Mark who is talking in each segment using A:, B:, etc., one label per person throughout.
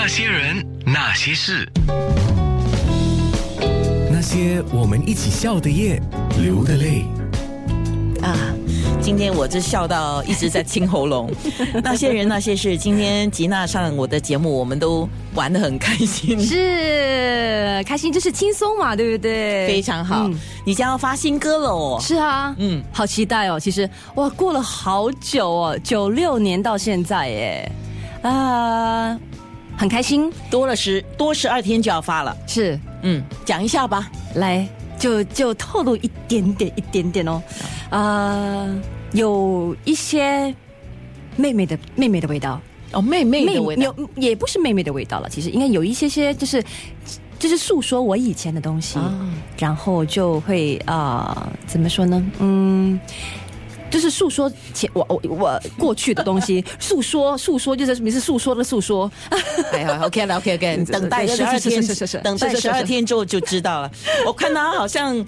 A: 那些人，那些事，那些我们一起笑的夜，流的泪。
B: 啊，今天我这笑到一直在清喉咙。那些人那些事，今天吉娜上我的节目，我们都玩的很开心，
C: 是开心就是轻松嘛，对不对？
B: 非常好。
C: 嗯
B: 你将要发新歌了哦，
C: 是啊，
B: 嗯
C: 嗯，好期待哦。其实哇，过了好久哦，九六年到现在耶，啊，很开心。
B: 多了十多十二天就要发了。
C: 是，
B: 嗯，讲一下吧。
C: 来就就透露一点点，一点点哦，啊，有一些妹妹的妹妹的味道。
B: 哦，妹妹的味道
C: 有也不是妹妹的味道了，其实应该有一些些就是就是诉说我以前的东西，
B: 啊
C: 然后就会啊、呃怎么说呢？嗯。就是诉说前我我我过去的东西，诉说诉说就是你是诉说的诉说，啊
B: 还好，OK 了，OK OK，
C: 嗯对
B: 等待
C: 对
B: 十
C: 对
B: 二
C: 是是
B: 天
C: 是是是，
B: 等待
C: 是是
B: 十
C: 是
B: 二天之后就知道了。我看他好像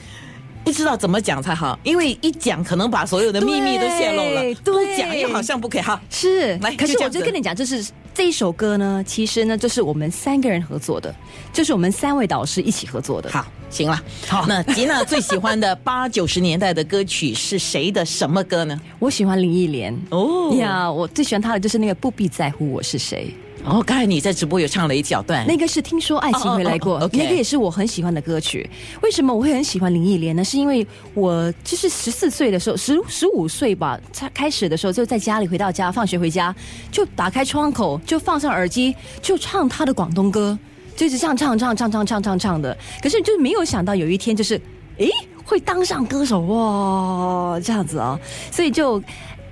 B: 不知道怎么讲才好，因为一讲可能把所有的秘密都泄露了
C: 对，
B: 不
C: 对
B: 讲又好像不可以哈。
C: 是
B: 来，
C: 可
B: 就是这
C: 我
B: 样
C: 就
B: 子
C: 跟你讲，就是这一首歌呢，其实呢，就是我们三个人合作的，就是我们三位导师一起合作的。
B: 好，行了。
C: 好
B: 那吉娜最喜欢的八九十年代的歌曲是谁的什么歌呢？
C: 我喜欢林忆莲，
B: 哦
C: 呀，我最喜欢她的就是那个不必在乎我是谁。
B: 哦，刚才你在直播有唱了一小段，
C: 那个是听说爱情回来过
B: 哦哦哦，OK
C: 那个也是我很喜欢的歌曲。为什么我会很喜欢林忆莲呢？是因为我就是十四岁的时候，十十五岁吧，才开始的时候就在家里回到家，放学回家就打开窗口，就放上耳机，就唱她的广东歌，就一直唱唱唱唱唱唱唱唱的。可是就没有想到有一天就是，诶，会当上歌手哇，这样子啊、所以就。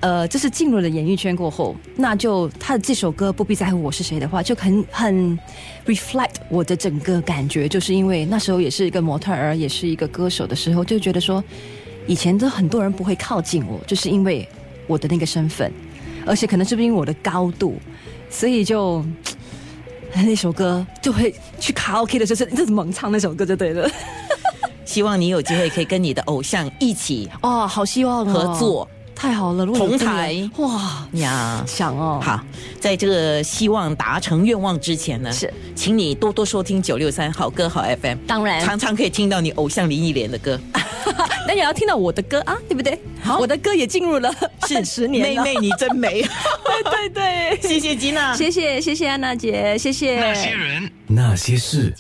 C: 呃，就是进入了演艺圈过后，那就他的这首歌《不必在乎我是谁》的话，就很很 reflect 我的整个感觉，就是因为那时候也是一个模特儿，也是一个歌手的时候，就觉得说，以前都很多人不会靠近我，就是因为我的那个身份，而且可能是不是因为我的高度，所以就那首歌就会去卡拉 OK 的时候就是就是猛唱那首歌就对了。
B: 希望你有机会可以跟你的偶像一起
C: 哦，好希望、哦、
B: 合作，
C: 太好了，如果有
B: 同
C: 这个
B: 台
C: 哇，
B: 呀。
C: 想哦，
B: 好，在这个希望达成愿望之前呢，
C: 是，
B: 请你多多收听九六三好歌好 FM，
C: 当然
B: 常常可以听到你偶像林忆莲的 歌，
C: 那也要听到我的歌啊，对不对？好，我的歌也进入了十年
B: 妹
C: 了。啊
B: 妹你真美，
C: 对对对，
B: 谢谢吉娜，
C: 谢谢谢谢安娜姐，谢谢。
A: 那些人，那些事。